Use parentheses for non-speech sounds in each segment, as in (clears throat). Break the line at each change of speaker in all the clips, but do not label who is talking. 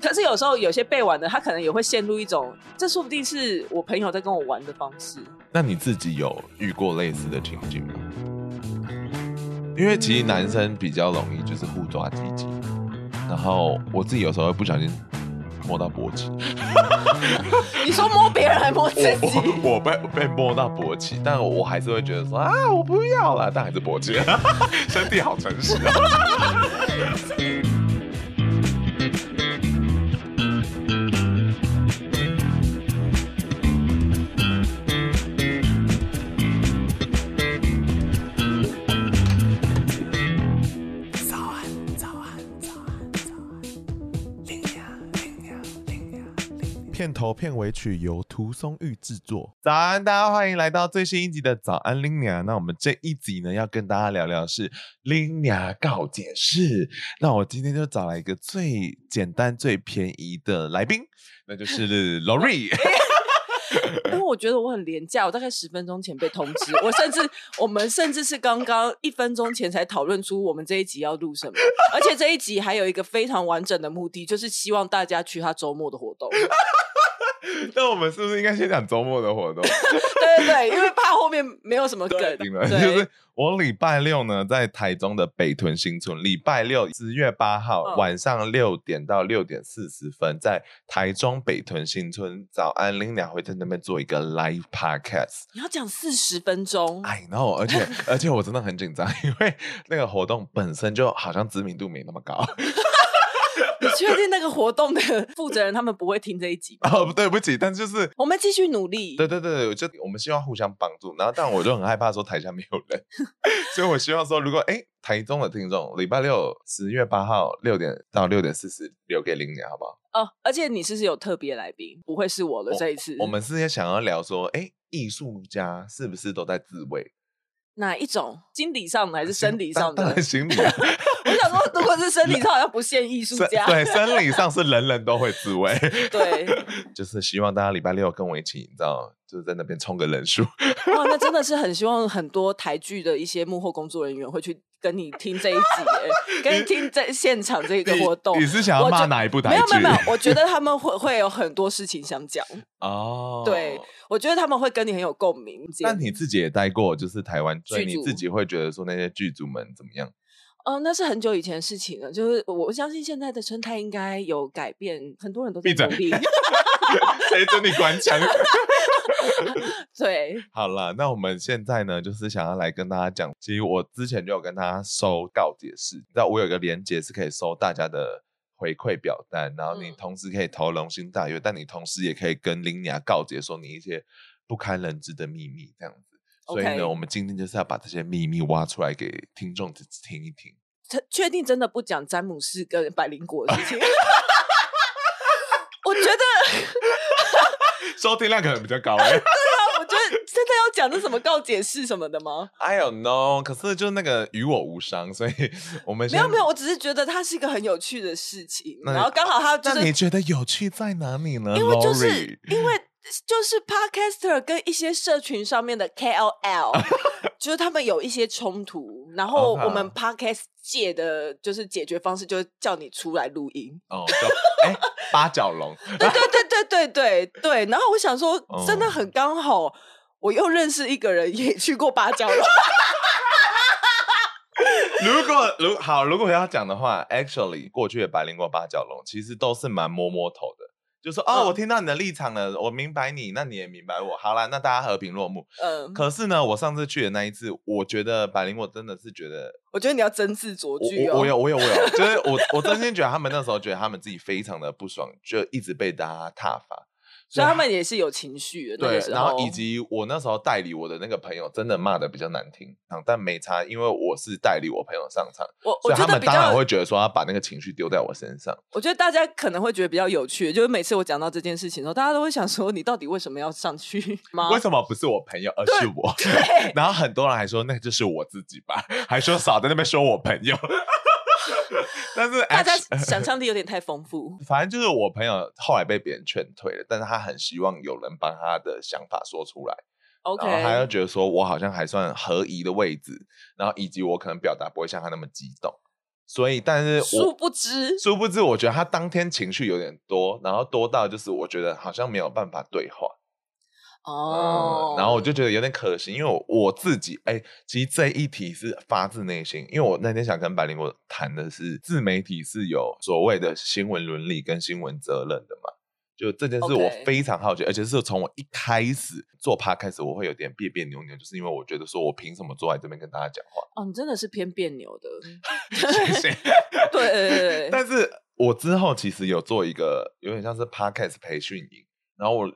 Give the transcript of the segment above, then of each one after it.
可是有时候有些背完的，他可能也会陷入一种，这说不定是我朋友在跟我玩的方式。
那你自己有遇过类似的情境吗？因为其实男生比较容易就是互抓鸡鸡，然后我自己有时候会不小心摸到勃起，
你说摸别人还摸自己，
我我被被摸到勃起，但我还是会觉得说啊，我不要了，但还是勃起，身体好诚实啊。片头片尾曲由涂松玉制作。早安，大家欢迎来到最新一集的早安 l i n 那我们这一集呢，要跟大家聊聊是 l i n 告解室。那我今天就找来一个最简单、最便宜的来宾，那就是 Lori。 (laughs)
因为我觉得我很廉价，我大概十分钟前被通知，我甚至我们甚至是刚刚一分钟前才讨论出我们这一集要录什么，而且这一集还有一个非常完整的目的，就是希望大家去他周末的活动。 (laughs)
那我们是不是应该先讲周末的活动？
对对对，因为怕后面没有什么梗。
你们就是我礼拜六呢，在台中的北屯新村，礼拜六十月八号、
嗯
晚上六点到六点四十分，在台中北屯新村早安林鸟会在那边做一个 live podcast。
你要讲四十分钟，
I know，而且而且我真的很紧张，因为那个活动本身就好像知名度没那么高。 (laughs)
你确定那个活动的 (laughs) 负责人他们不会听这一集吗？
哦，对不起，但就是
我们继续努力。
对对对，对我就我们希望互相帮助。然后，但我就很害怕说台下没有人， (laughs) 所以我希望说，如果哎台中的听众，礼拜六十月八号六点到六点四十留给林娘，好不好？
哦，而且你是不是有特别来宾？不会是我了，这一次
哦我们是也想要聊说，哎，艺术家是不是都在自慰？
哪一种？心理上的还是生理上
当当
的
然？心理
(laughs)
啊
我想说，如果是生理
(laughs)
上，好像不限艺术
生
家。
(laughs) 对生理
(laughs)
上是人人都会自慰，
对，
就是希望大家礼拜六跟我一起，你知道，就是在那边冲个人数。
哇，那真的是很希望很多台剧的一些幕后工作人员会去跟你听这一集耶，跟你听这现场这个
你
活动
你。是想要
我
骂
就
哪一部
没
台
有
剧？
没有没有，我觉得他们会会有很多事情想讲，
哦，
对我觉得他们会跟你很有共鸣。
那你自己也待过，就是台湾，所以
剧
你
组
自己会觉得说那些剧组们怎么样？ (laughs)
哦，那是很久以前的事情了。就是我我相信现在的生态应该有改变，很多人都在
闭嘴
努
(laughs)
力。
谁准你关枪？
对，
(laughs) 好了，那我们现在呢，就是想要来跟大家讲，其实我之前就有跟大家收告解式，你知道我有一个连接是可以收大家的。回馈表单，然后你
嗯
同时可以投龙心大悦，但你同时也可以跟林雅告解说你一些不堪人知的秘密，这样子。所以
OK
呢，我们今天就是要把这些秘密挖出来给听众只听一听。 (laughs)
他确定真的不讲詹姆士跟百灵果的事情？ (laughs) 我觉得，
收听量可能比较高哎、
我觉得真的要讲这什么告解释什么的吗？
I don't know，可是就那个与我无伤，
(laughs)
所以我们
没
先
有没有，。我只是觉得它是一个很有趣的事情，
那
然后刚好它就
那你
是
觉得有趣在哪里呢？
因为就是
Lori？
因为就是 podcaster 跟一些社群上面的
(laughs)
KOL，就是他们有一些冲突，然后
OK
我们 podcast 界的就是解决方式就是叫你出来录音，
哦，就哎、八角笼，
对对对对对对对。然后我想说，真的
哦
很刚好，我又认识一个人也去过芭蕉楼。
如果如好，如果要讲的话，actually 过去的白灵果八角笼其实都是蛮摸摸头的，就说哦，
嗯
我听到你的立场了，我明白你，那你也明白我，好啦，那大家和平落幕。
嗯，
可是呢，我上次去的那一次，我觉得百灵果真的是觉得
我觉得你要真字酌句
我
哦。
我我有我有我有，就是我我真心觉得他们那时候觉得他们自己非常的不爽，就一直被大家挞伐，
所以他们也是有情绪的。那
对
个，时
然后
候
以及我那时候代理我的那个朋友，真的骂的比较难听，啊但没差，因为我是代理我朋友上场，
我
所
我
以他
觉得
们
比
当然
较
会觉得说他把那个情绪丢在我身上。
我觉得大家可能会觉得比较有趣，就是每次我讲到这件事情的时候，大家都会想说，你到底为什么要上去吗？
(laughs) 为什么不是我朋友，而是我？ (laughs) 然后很多人还说那就是我自己吧，还说少在那边说我朋友。 (laughs) 但是
大家
actually-
想象力有点太丰
(laughs)
富。
反正就是我朋友后来被别人劝退了，但是他很希望有人帮他的想法说出来
OK，
然后他又觉得说我好像还算合宜的位置，然后以及我可能表达不会像他那么激动，所以但是
殊
我
不知，
殊不知，我觉得他当天情绪有点多，然后多到就是我觉得好像没有办法对话。
哦
嗯，，然后我就觉得有点可惜，因为我我自己哎、其实这一题是发自内心，因为我那天想跟白灵果谈的是自媒体是有所谓的新闻伦理跟新闻责任的嘛，就这件事我
OK
非常好奇而且是从我一开始做趴开始，我会有点别别扭扭，就是因为我觉得说我凭什么坐在这边跟大家讲话？
哦，你真的是偏别扭的， (laughs)
(laughs) 谢谢。
对对对对对，
(laughs) 但是我之后其实有做一个有点像是 podcast 培训营，然后我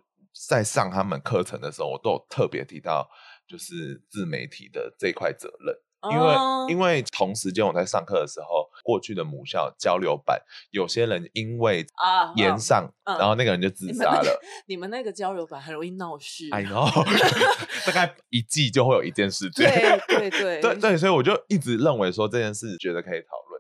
在上他们课程的时候，我都有特别提到就是自媒体的这一块责任，因为、
哦
因为同时间我在上课的时候，过去的母校交流版有些人因为
啊
延
哦
上，
嗯
然后那个人就自
你们
杀
那个 (laughs)
了。
你们那个交流版很容易闹事。
I know，大概 (laughs) 一季就会有一件事件。
对对对
(laughs) 对对，所以我就一直认为说这件事觉得可以讨论。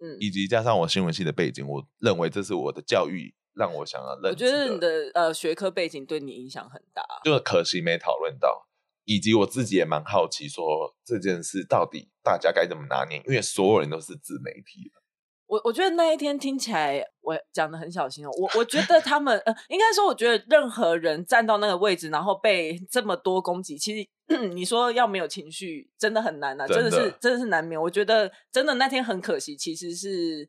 嗯，
以及加上我新闻系的背景，我认为这是我的教育让我想要认
我觉得你的
的
呃学科背景对你影响很大。
就是可惜没讨论到，以及我自己也蛮好奇说这件事到底大家该怎么拿捏，因为所有人都是自媒体了
我我觉得那一天听起来，我讲的很小心哦。我我觉得他们，呃，应该说，我觉得任何人站到那个位置，然后被这么多攻击，其实 (clears throat) 你说要没有情绪，真的很难呐、真的
真的
是真的是难免。我觉得真的那天很可惜，其实是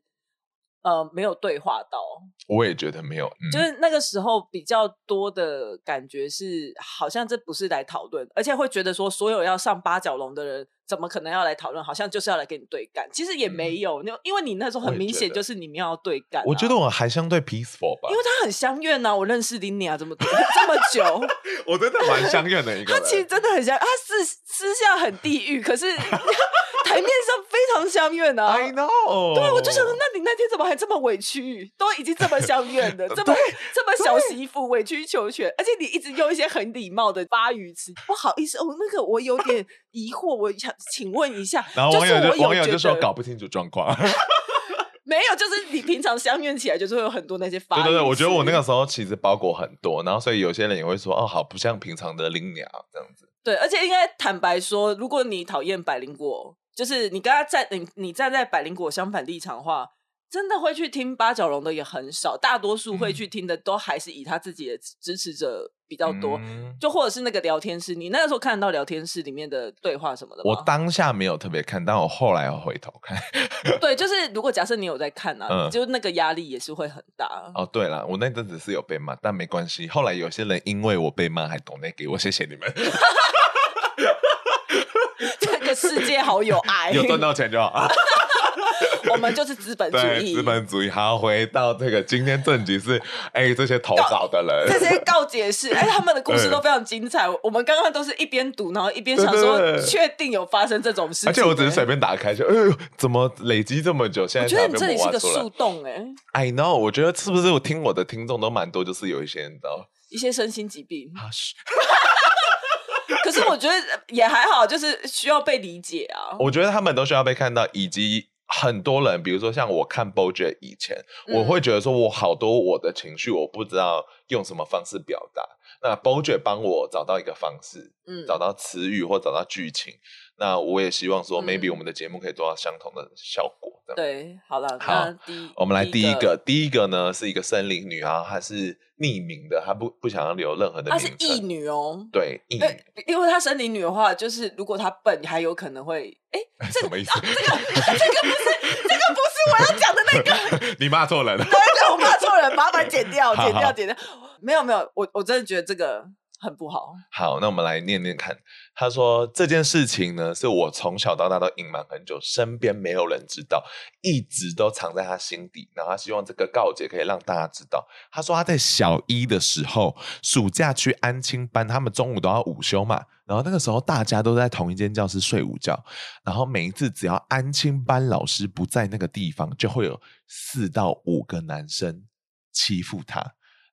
呃没有对话到，
我也觉得没有，嗯、
就是那个时候比较多的感觉是，好像这不是来讨论，而且会觉得说，所有要上八角笼的人，怎么可能要来讨论？好像就是要来跟你对干。其实也没有，那、因为你那时候很
嗯我也
明
觉
显
得
就是你们要对干啊、
我觉得我还相对 peaceful 吧
因，为他很相怨啊呐、我认识林尼亚这么多 (laughs) 这么
(laughs)
久，
我真的蛮相怨的一个
他
人。
其实真的很相，他私私下很地狱，可是 (laughs) 台面上非常相怨啊。
I know，
对，我就
哦
想说，那你那天怎么还这么委屈？都已经这么相怨
(laughs)
了，这么 (laughs) 这么小媳妇委曲求全，而且你一直用一些很礼貌的发语词，不好意思哦，那个我有点疑惑，我想请问一下，
然后网
是
友
我
就
有
网友
觉
就说
得
搞不清楚状况，
没有，就是你平常相怨起来就是会有很多那些发
对
语词，
对对，我觉得我那个时候其实包裹很多，然后所以有些人也会说哦，好不像平常的林鸟这样子。
对，而且应该坦白说，如果你讨厌百灵果，就是你跟他站你你站在百灵果相反立场的话。真的会去听八角笼的也很少，大多数会
嗯
去听的都还是以他自己的支持者比较多。
嗯
就或者是那个聊天室，你那个时候看到聊天室里面的对话什么的吗？
我当下没有特别看，但我后来有回头看。 (laughs)
对，就是如果假设你有在看啊，
嗯
就那个压力也是会很大。 (laughs)
哦，对了，我那阵子是有被骂，但没关系。后来有些人因为我被骂还懂得给我，谢谢你们，
这个世界好有爱，
有赚到钱
(laughs)
就好。啊
我们就是资本主
对，
义，
资本主义。好，回到这个今天正题是，哎，这些投稿的 (laughs)
这
人，
些告解室，哎，他们的故事
对
都非常精彩。我们刚刚都是一边读，然后一边想说
对对，对
确定有发生这种事情、
而且我只是随
哎
便打开就，哎呦，怎么累积这么久，现
我
在
觉
才
得你
被
这里
我
是
挖
个
啊出来
树。洞哎、
I know，我觉得是不是我听我的听众都蛮多，就是有一些人都
一些身心疾病。
啊，嘘
可是我觉得也还好，就是需要被理解啊。
我觉得他们都需要被看到，以及很多人，比如说像我看 BoJack 以前，
嗯
我会觉得说我好多我的情绪，我不知道用什么方式表达。那 BoJack 帮我找到一个方式，
嗯，
找到词语或找到剧情。那我也希望说
嗯
，maybe 我们的节目可以做到相同的效果。这样，
对，好了，
好
那第一
我们来第一个，第一个呢是一个森林女啊，她是匿名的，她不不想要留任何的
她
名
是
称。
异女哦。
对，异
因
女
为因为她生理女的话，就是如果她笨，还有可能会哎，这
(laughs) 什
个
么意思
啊？这个这个不是这个不是我要讲的那个，
你骂错人了。
对对，我骂错人，麻烦剪掉，
好
剪掉，
好
剪掉。没有没有，我我真的觉得这个很不好。
好，那我们来念念看。他说这件事情呢，是我从小到大都隐瞒很久，身边没有人知道，一直都藏在他心底。然后他希望这个告解可以让大家知道。他说他在小一的时候，暑假去安亲班，他们中午都要午休嘛。然后那个时候大家都在同一间教室睡午觉，然后每一次只要安亲班老师不在那个地方，就会有四到五个男生欺负他。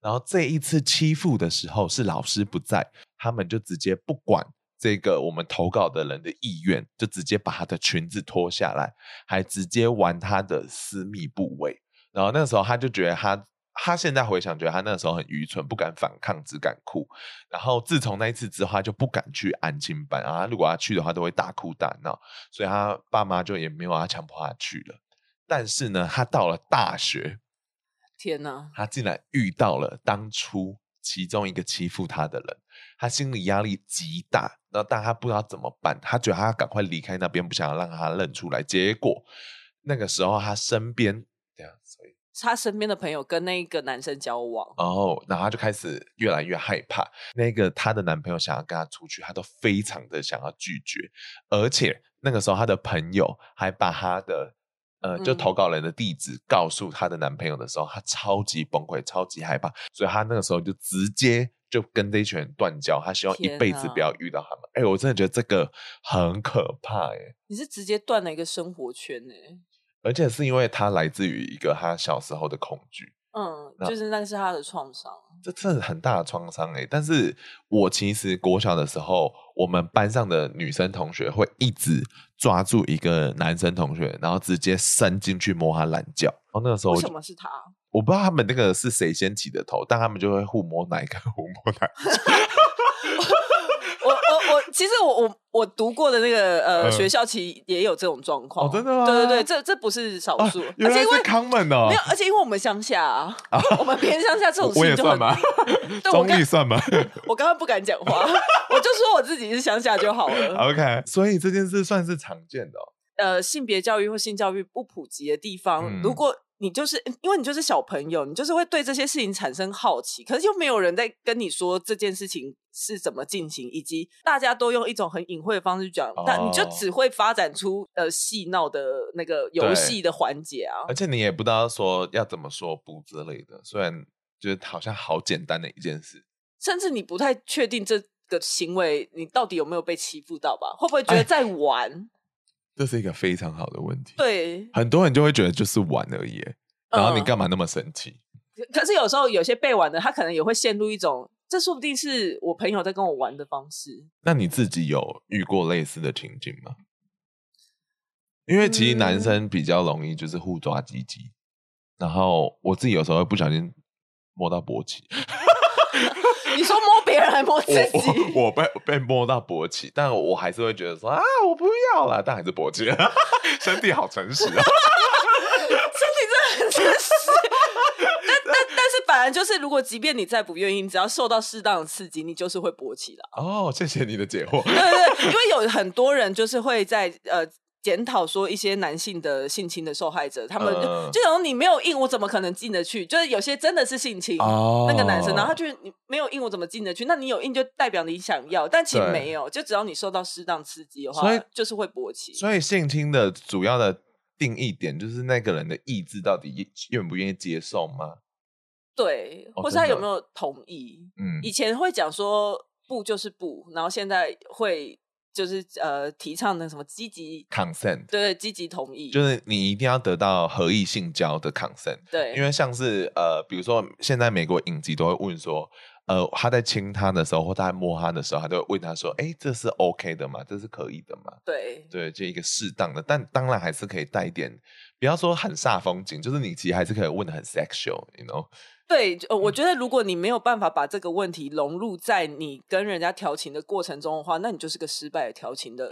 然后这一次欺负的时候是老师不在，他们就直接不管这个我们投稿的人的意愿，就直接把她的裙子脱下来，还直接玩她的私密部位。然后那时候她就觉得她，她现在回想觉得她那时候很愚蠢，不敢反抗，只敢哭。然后自从那一次之后，她就不敢去安亲班啊。如果她去的话，都会大哭大闹，所以她爸妈就也没有要强迫她去了。但是呢，她到了大学，
天哪，
他竟然遇到了当初其中一个欺负他的人，他心理压力极大，然后但他不知道怎么办，他觉得他要赶快离开那边，不想要让他认出来。结果那个时候他身边，对啊，所以
他身边的朋友跟那一个男生交往，
然后然后他就开始越来越害怕。那个她的男朋友想要跟她出去，她都非常的想要拒绝，而且那个时候她的朋友还把她的。呃，就
嗯
投稿人的地址告诉她的男朋友的时候，她超级崩溃，超级害怕，所以她那个时候就直接就跟这一群人断交。她希望一
天
辈子
啊
不要遇到他们。哎、我真的觉得这个很可怕哎、
你是直接断了一个生活圈呢、
而且是因为她来自于一个她小时候的恐惧，
嗯，
那
就是那个是他的创伤。
这真的很大的创伤哎。但是我其实国小的时候，我们班上的女生同学会一直抓住一个男生同学，然后直接伸进去摸他懒觉。然后那个时候
为
我就
什么是他？
我不知道他们那个是谁先起的头，但他们就会互摸哪一个 (laughs) 互摸哪一个。
我我我，其实我我我读过的那个呃、
嗯
学校，其实也有这种状况。
哦真的吗啊
对对对，这这不是少数，而
原来
且因为
是康们哦
没有，，而且因为我们乡下、啊， (laughs) 我们偏乡下这种
我
事
也
情就很
算吗？
对我
(laughs) 中立
刚
算吗
(laughs) 我刚刚不敢讲
(laughs)
话，我就说我自己是乡下就好了。
？OK，所以这件事算是常见的哦、
呃，性别教育或性教育不普及的地方，
嗯
如果你就是因为你就是小朋友，你就是会对这些事情产生好奇，可是又没有人在跟你说这件事情是怎么进行，以及大家都用一种很隐晦的方式去讲，但你就
哦
只会发展出呃戏闹的那个游
对
戏的环节啊。
而且你也不知道说要怎么说不之类的，虽然就是好像好简单的一件事。
甚至你不太确定这个行为你到底有没有被欺负到吧？会不会
哎
觉得在玩？
这是一个非常好的问题。，
对，
很多人就会觉得就是玩而已，欸然后你
嗯
干嘛那么生气？
可是有时候有些被玩的，他可能也会陷入一种，这说不定是我朋友在跟我玩的方式。
那你自己有遇过类似的情境吗？因为其实男
嗯
生比较容易就是互抓鸡鸡，然后我自己有时候会不小心摸到勃起，
你说摸别人还摸自己，
我我我被被摸到勃起，但我还是会觉得说啊，我不要了， (laughs) 但还是勃起，身体好诚实啊。 (laughs)
身体真的很诚实。但但但是，本来就是，如果即便你再不愿意，你只要受到适当的刺激，你就是会勃起的。
哦，谢谢你的解惑。
对对，对，因为有很多人就是会在呃检讨说一些男性的性侵的受害者，他们就、
嗯
就想说你没有硬，我怎么可能进得去？就是有些真的是性侵。
哦
那个男生，然后他就是你没有硬，我怎么进得去？那你有硬就代表你想要，但其实
对
没有，就只要你受到适当刺激的话，
所以
就是会勃起。
所以性侵的主要的定义点就是那个人的意志到底愿不愿意接受吗？
对，
哦
或是他
真的
有没有同意？
嗯，
以前会讲说不就是不，然后现在会就是呃提倡的什么积极，
consent
对对，积极同意，
就是你一定要得到合意性交的 consent，
对，
因为像是呃，比如说现在美国影集都会问说，呃，他在亲他的时候或他在摸他的时候，他都会问他说，哎，这是 OK 的吗？这是可以的吗？
对
对，这一个适当的，但当然还是可以带一点，不要说很煞风景，就是你其实还是可以问的很 sexual，you know？
对，呃
嗯
我觉得如果你没有办法把这个问题融入在你跟人家调情的过程中的话，那你就是个失败的调情的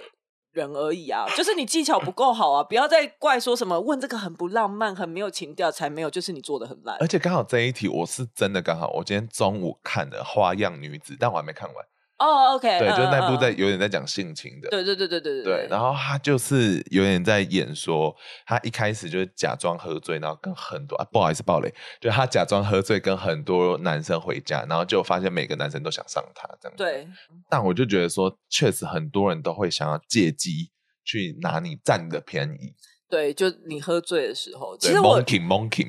人而已啊，就是你技巧不够好啊，不要再怪说什么问这个很不浪漫、很没有情调，才没有，就是你做的很烂
而。且刚好这一题我是真的刚好，我今天中午看的《花样女子》，但我还没看完，
哦，OK，
对，
嗯
就那部在，
嗯嗯
有点在讲性情的。
对对对对对
对，然后他就是有点在演说，他一开始就是假装喝醉，然后跟很多啊不好意思暴雷，就他假装喝醉跟很多男生回家，然后就发现每个男生都想上他这样。，
对，
但我就觉得说，确实很多人都会想要借机去拿你占你的便宜。
对，就你喝醉的时候，其
对
实我
，monkey monkey，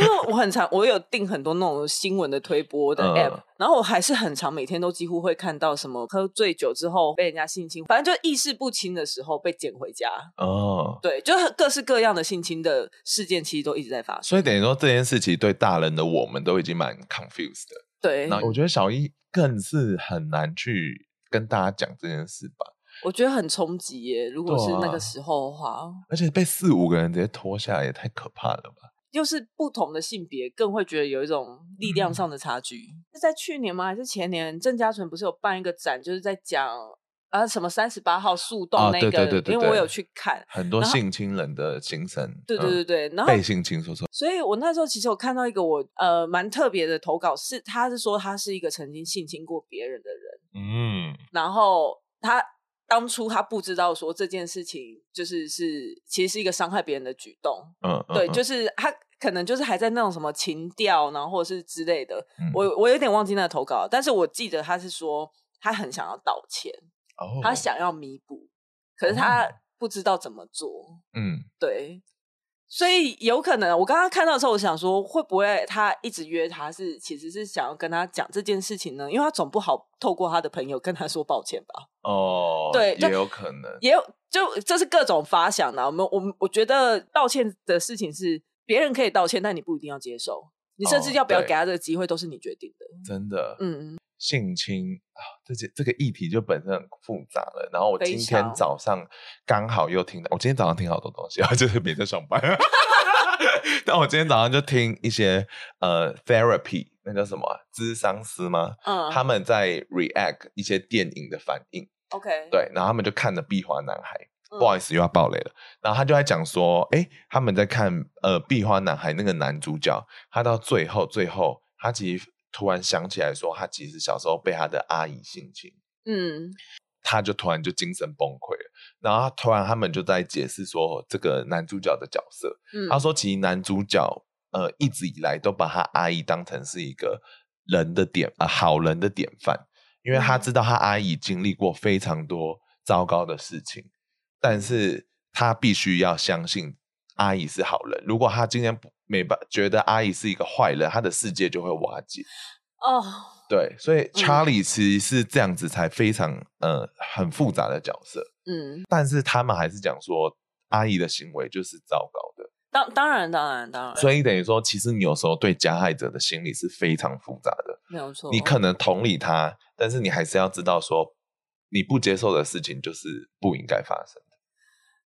因为我很常，我有订很多那种新闻的推播的
嗯
app，、然后我还是很常每天都几乎会看到什么喝醉酒之后被人家性侵，反正就意识不清的时候被捡回家，
(laughs) 哦。
对，就各式各样的性侵的事件其实都一直在发生。
所以等于说这件事情对大人的我们都已经蛮 confused 的。
对，
然后我觉得小一更是很难去跟大家讲这件事吧。
我觉得很冲击耶。如果
对
是那
啊
个时候的话，
而且被四五个人直接拖下来，也太可怕了吧！
又是不同的性别，更会觉得有一种力
嗯
量上的差距。是在去年吗？还是前年？郑家纯不是有办一个展，就是在讲啊什么三十八号树洞
啊
那个，
对对对对
因为我
对
有去看。
很多
然后
性侵人的行程，
对对对
嗯
对，然后
被性侵说错，
所以我那时候其实有看到一个我呃蛮特别的投稿，是他是说他是一个曾经性侵过别人的人，
嗯，
然后他当初他不知道说这件事情就是是其实是一个伤害别人的举动，
嗯嗯，
对，
嗯
就是他可能就是还在那种什么情调，然后或者是之类的，
嗯
我我有点忘记那个投稿了，但是我记得他是说他很想要道歉，
哦
他，想要弥补，可是他
哦
不知道怎么做，
嗯，
对，所以有可能我刚刚看到的时候，我想说会不会他一直约他是其实是想要跟他讲这件事情呢？因为他总不好透过他的朋友跟他说抱歉吧，
哦，
对就
也有可能，
也有就这是各种发想的、我们我们我觉得道歉的事情是别人可以道歉，但你不一定要接受，你甚至
哦
要不要
对
给他这个机会都是你决定的。
真的，
嗯，
性侵啊，这件这个议题就本身很复杂了。然后我
非
今天
常
早上刚好又听到，我今天早上听好多东西，啊， (laughs) 就是没在上班。但我今天早上就听一些呃 therapy，那叫什么啊咨商师吗？
嗯
他们在 react 一些电影的反应，
OK，，
对，然后他们就看了《壁花男孩》，
嗯
不好意思又要爆雷了。然后他就在讲说，哎，他们在看呃《壁花男孩》那个男主角，他到最后最后，他其实突然想起来说，他其实小时候被他的阿姨性侵，
嗯
他就突然就精神崩溃了。然后他突然他们就在解释说这个男主角的角色，
嗯，
他说其实男主角呃一直以来都把他阿姨当成是一个人的典啊、好人的典范，因为他
嗯
知道他阿姨经历过非常多糟糕的事情，但是他必须要相信阿姨是好人。如果他今天不没办觉得阿姨是一个坏人，他的世界就会瓦解。
哦，
对，所
嗯
以查理其实是这样子才非常呃很复杂的角色，
嗯，
但是他们还是讲说阿姨的行为就是糟糕的。
当当然当然当然，
所以等于说，其实你有时候对加害者的心理是非常复杂的。
没有错，
你可能同理他，但是你还是要知道说，你不接受的事情就是不应该发生的。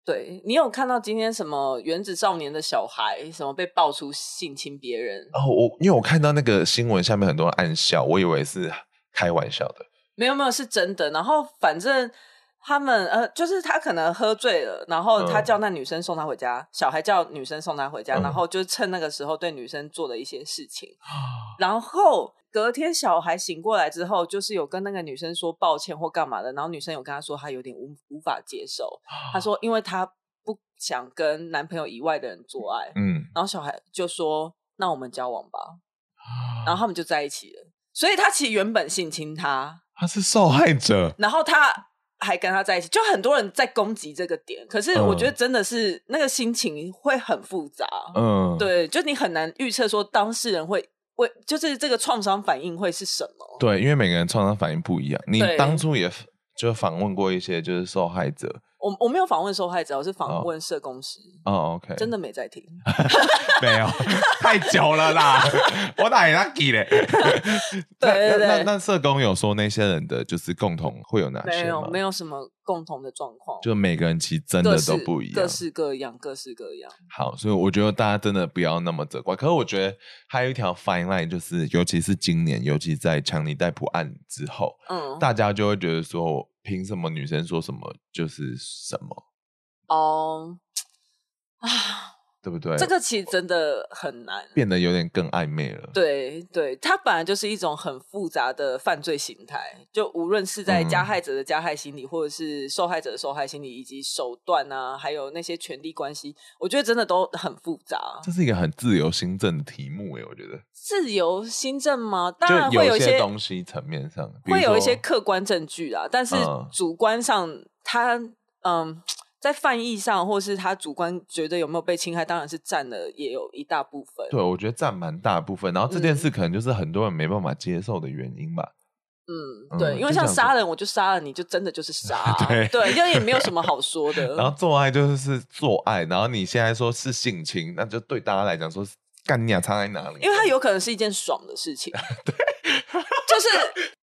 对你有看到今天什么原子少年的小孩什么被爆出性侵别人？
然后我因为我看到那个新闻下面很多人暗笑，我以为是开玩笑的。
没有没有是真的。然后反正他们呃，就是他可能喝醉了，然后他
嗯
叫那女生送他回家，小孩叫女生送他回家，
嗯
然后就趁那个时候对女生做了一些事情。
啊
然后隔天小孩醒过来之后，就是有跟那个女生说抱歉或干嘛的，然后女生有跟他说她有点无无法接受，
啊
她说因为她不想跟男朋友以外的人做爱，
嗯，
然后小孩就说那我们交往吧，
啊
然后他们就在一起了。所以他其实原本性侵她，
他是受害者，
然后他还跟他在一起，就很多人在攻击这个点。可是我觉得真的是、那个心情会很复杂，
嗯，，
对，就你很难预测说当事人会会就是这个创伤反应会是什么。
对，因为每个人创伤反应不一样。你
对
当初也就访问过一些就是受害者。
我我没有访问受害者，我是访
哦啊
问社工师， (laughs)
哦，OK，
真的没在听。
没有，太久了啦，我哪里 lucky 嘞？那
对对对
那那那社工有说那些人的就是共同会有哪些
没有
吗
没有什么共同的状况，
就每个人其实真
各
的
式
都不一样
各。式各样，各式各样。
好，所以我觉得大家真的不要那么责怪。可是我觉得还有一条 fine line，就是尤其是今年，尤其在强尼戴普案之后，
嗯，
大家就会觉得说，凭什么女生说什么就是什么？
哦、啊，
对不对？
这个其实真的很难。
变得有点更暧昧了。
对对，它本来就是一种很复杂的犯罪形态，就无论是在加
嗯
害者的加害心理，或者是受害者的受害心理，以及手段啊，还有那些权力关系，我觉得真的都很复杂。
这是一个很自由新政的题目欸诶，我觉得
自由新政吗？当然
就
会有
有
一
一
些
些东西层面上，比如
会有一
说
些客观证据啊，但是
嗯
主观上他嗯。在犯意上，或是他主观觉得有没有被侵害，当然是占了也有一大部分。
对，我觉得占蛮大部分。然后这件事可能就是很多人没办法接受的原因吧。
嗯，
嗯
对，因为
就
像
这样
杀
子
人，我就杀了你，就真的就是
(laughs)
杀啊、
对
对，因为也没有什么好说的。
(laughs) 然后做爱就是做爱，然后你现在说是性侵，那就对大家来讲说是干你俩差在哪里？
因为它有可能是一件爽的事情。
(laughs)
就是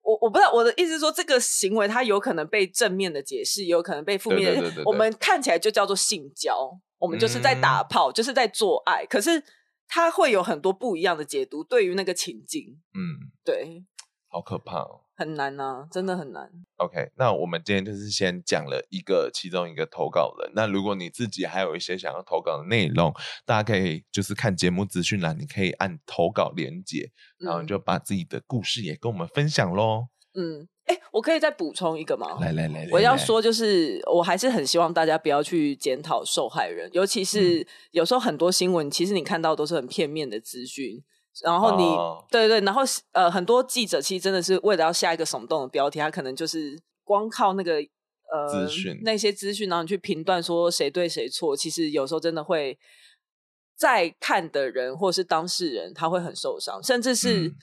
我我不知道我的意思是说，这个行为它有可能被正面的解释，也有可能被负面的。
对对对对对嗯
我们看起来就叫做性交，我们就是在打炮，就是在做爱，可是它会有很多不一样的解读，对于那个情境，
嗯，
对，
好可怕哦。
很难呐、真的很难。
OK，那我们今天就是先讲了一个其中一个投稿人。那如果你自己还有一些想要投稿的内容，大家可以就是看节目资讯栏，你可以按投稿连接，然后
嗯
你就把自己的故事也跟我们分享喽。
嗯，哎、我可以再补充一个吗？
来来来，
哦我
来
要
来
说，就是我还是很希望大家不要去检讨受害人，尤其
嗯
是有时候很多新闻，其实你看到都是很片面的资讯。然后你、
哦
对对，然后呃，很多记者其实真的是为了要下一个耸动的标题，他可能就是光靠那个呃
资讯
那些资讯，然后你去评断说谁对谁错，其实有时候真的会在看的人或是当事人，他会很受伤，甚至是。
嗯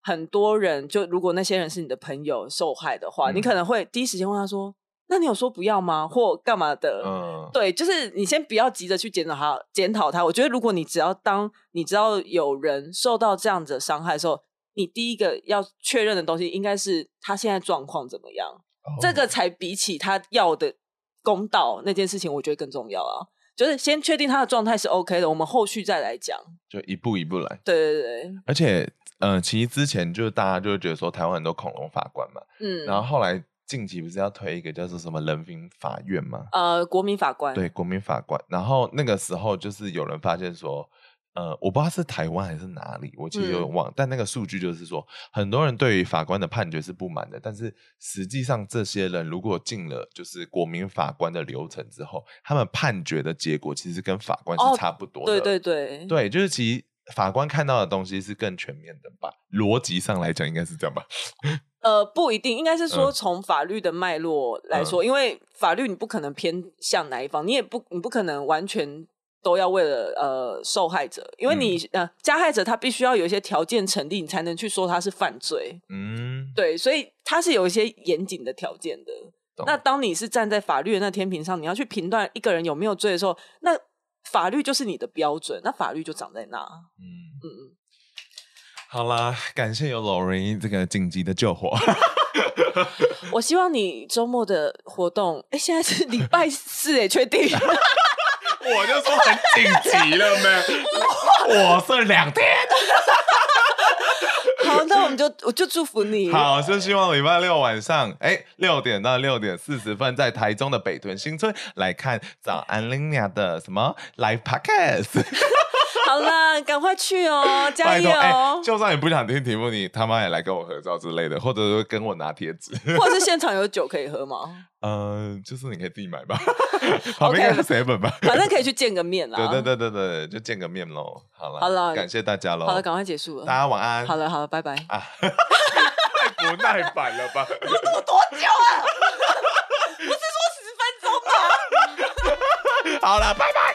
很多人就如果那些人是你的朋友受害的话，你
嗯
可能会第一时间问他说：“那你有说不要吗？或干嘛的？”
嗯，
对，就是你先不要急着去检讨他，检讨他。我觉得如果你只要当你知道有人受到这样子的伤害的时候，你第一个要确认的东西应该是他现在状况怎么样，这
哦
个才比起他要的公道那件事情，我觉得更重要啊。就是先确定他的状态是 OK 的，我们后续再来讲。
就一步一步来。
对对对，
而且，呃，其实之前就是大家就会觉得说台湾很多恐龙法官嘛，
嗯，
然后后来近期不是要推一个叫做什么人民法院嘛，
呃，国民法官，
对，国民法官。然后那个时候就是有人发现说，呃，我不知道是台湾还是哪里，我其实
嗯
有点忘，但那个数据就是说，很多人对于法官的判决是不满的，但是实际上这些人如果进了就是国民法官的流程之后，他们判决的结果其实跟法官
哦
是差不多的，
对对对
对，就是其实法官看到的东西是更全面的吧？逻辑上来讲应该是这样吧？
呃，不一定，应该是说
嗯
从法律的脉络来说，因为法律你不可能偏向哪一方，你也不你不可能完全都要为了呃受害者，因为你、
嗯
呃加害者他必须要有一些条件成立，你才能去说他是犯罪。
嗯，
对，所以他是有一些严谨的条件的。
懂
那当你是站在法律的那天平上，你要去评断一个人有没有罪的时候，那法律就是你的标准，那法律就长在那。
嗯，
嗯嗯。
好啦，感谢有 Lori 这个紧急的救火。
我希望你周末的活动，哎、现在是礼拜四，哎，确定？ (laughs)
我就说很紧急了没？ (laughs) 我剩两天，
好，那我们就我就祝福你。
好，就希望礼拜六晚上，哎，六点到六点四十分，在台中的北屯新村来看早安 Lina 的什么 live podcast。
好啦，赶快去哦，加
拜托，
油！
哎、就算你不想听题目，你他妈也来跟我合照之类的，或者是跟我拿贴纸。
或者是现场有酒可以喝吗？
嗯，就是你可以自己
(laughs)
买吧， (laughs) 旁边应该是 seven 吧。
反正可以去见个面啦。
对对对对对，就见个面喽。好了，
好了
感谢大家喽。
好了，赶快结束了。
大家晚安。
好了好了，拜拜。
啊，太不耐烦了吧？
录多久啊？ (laughs) 不是说十分钟吗？
好了，拜拜。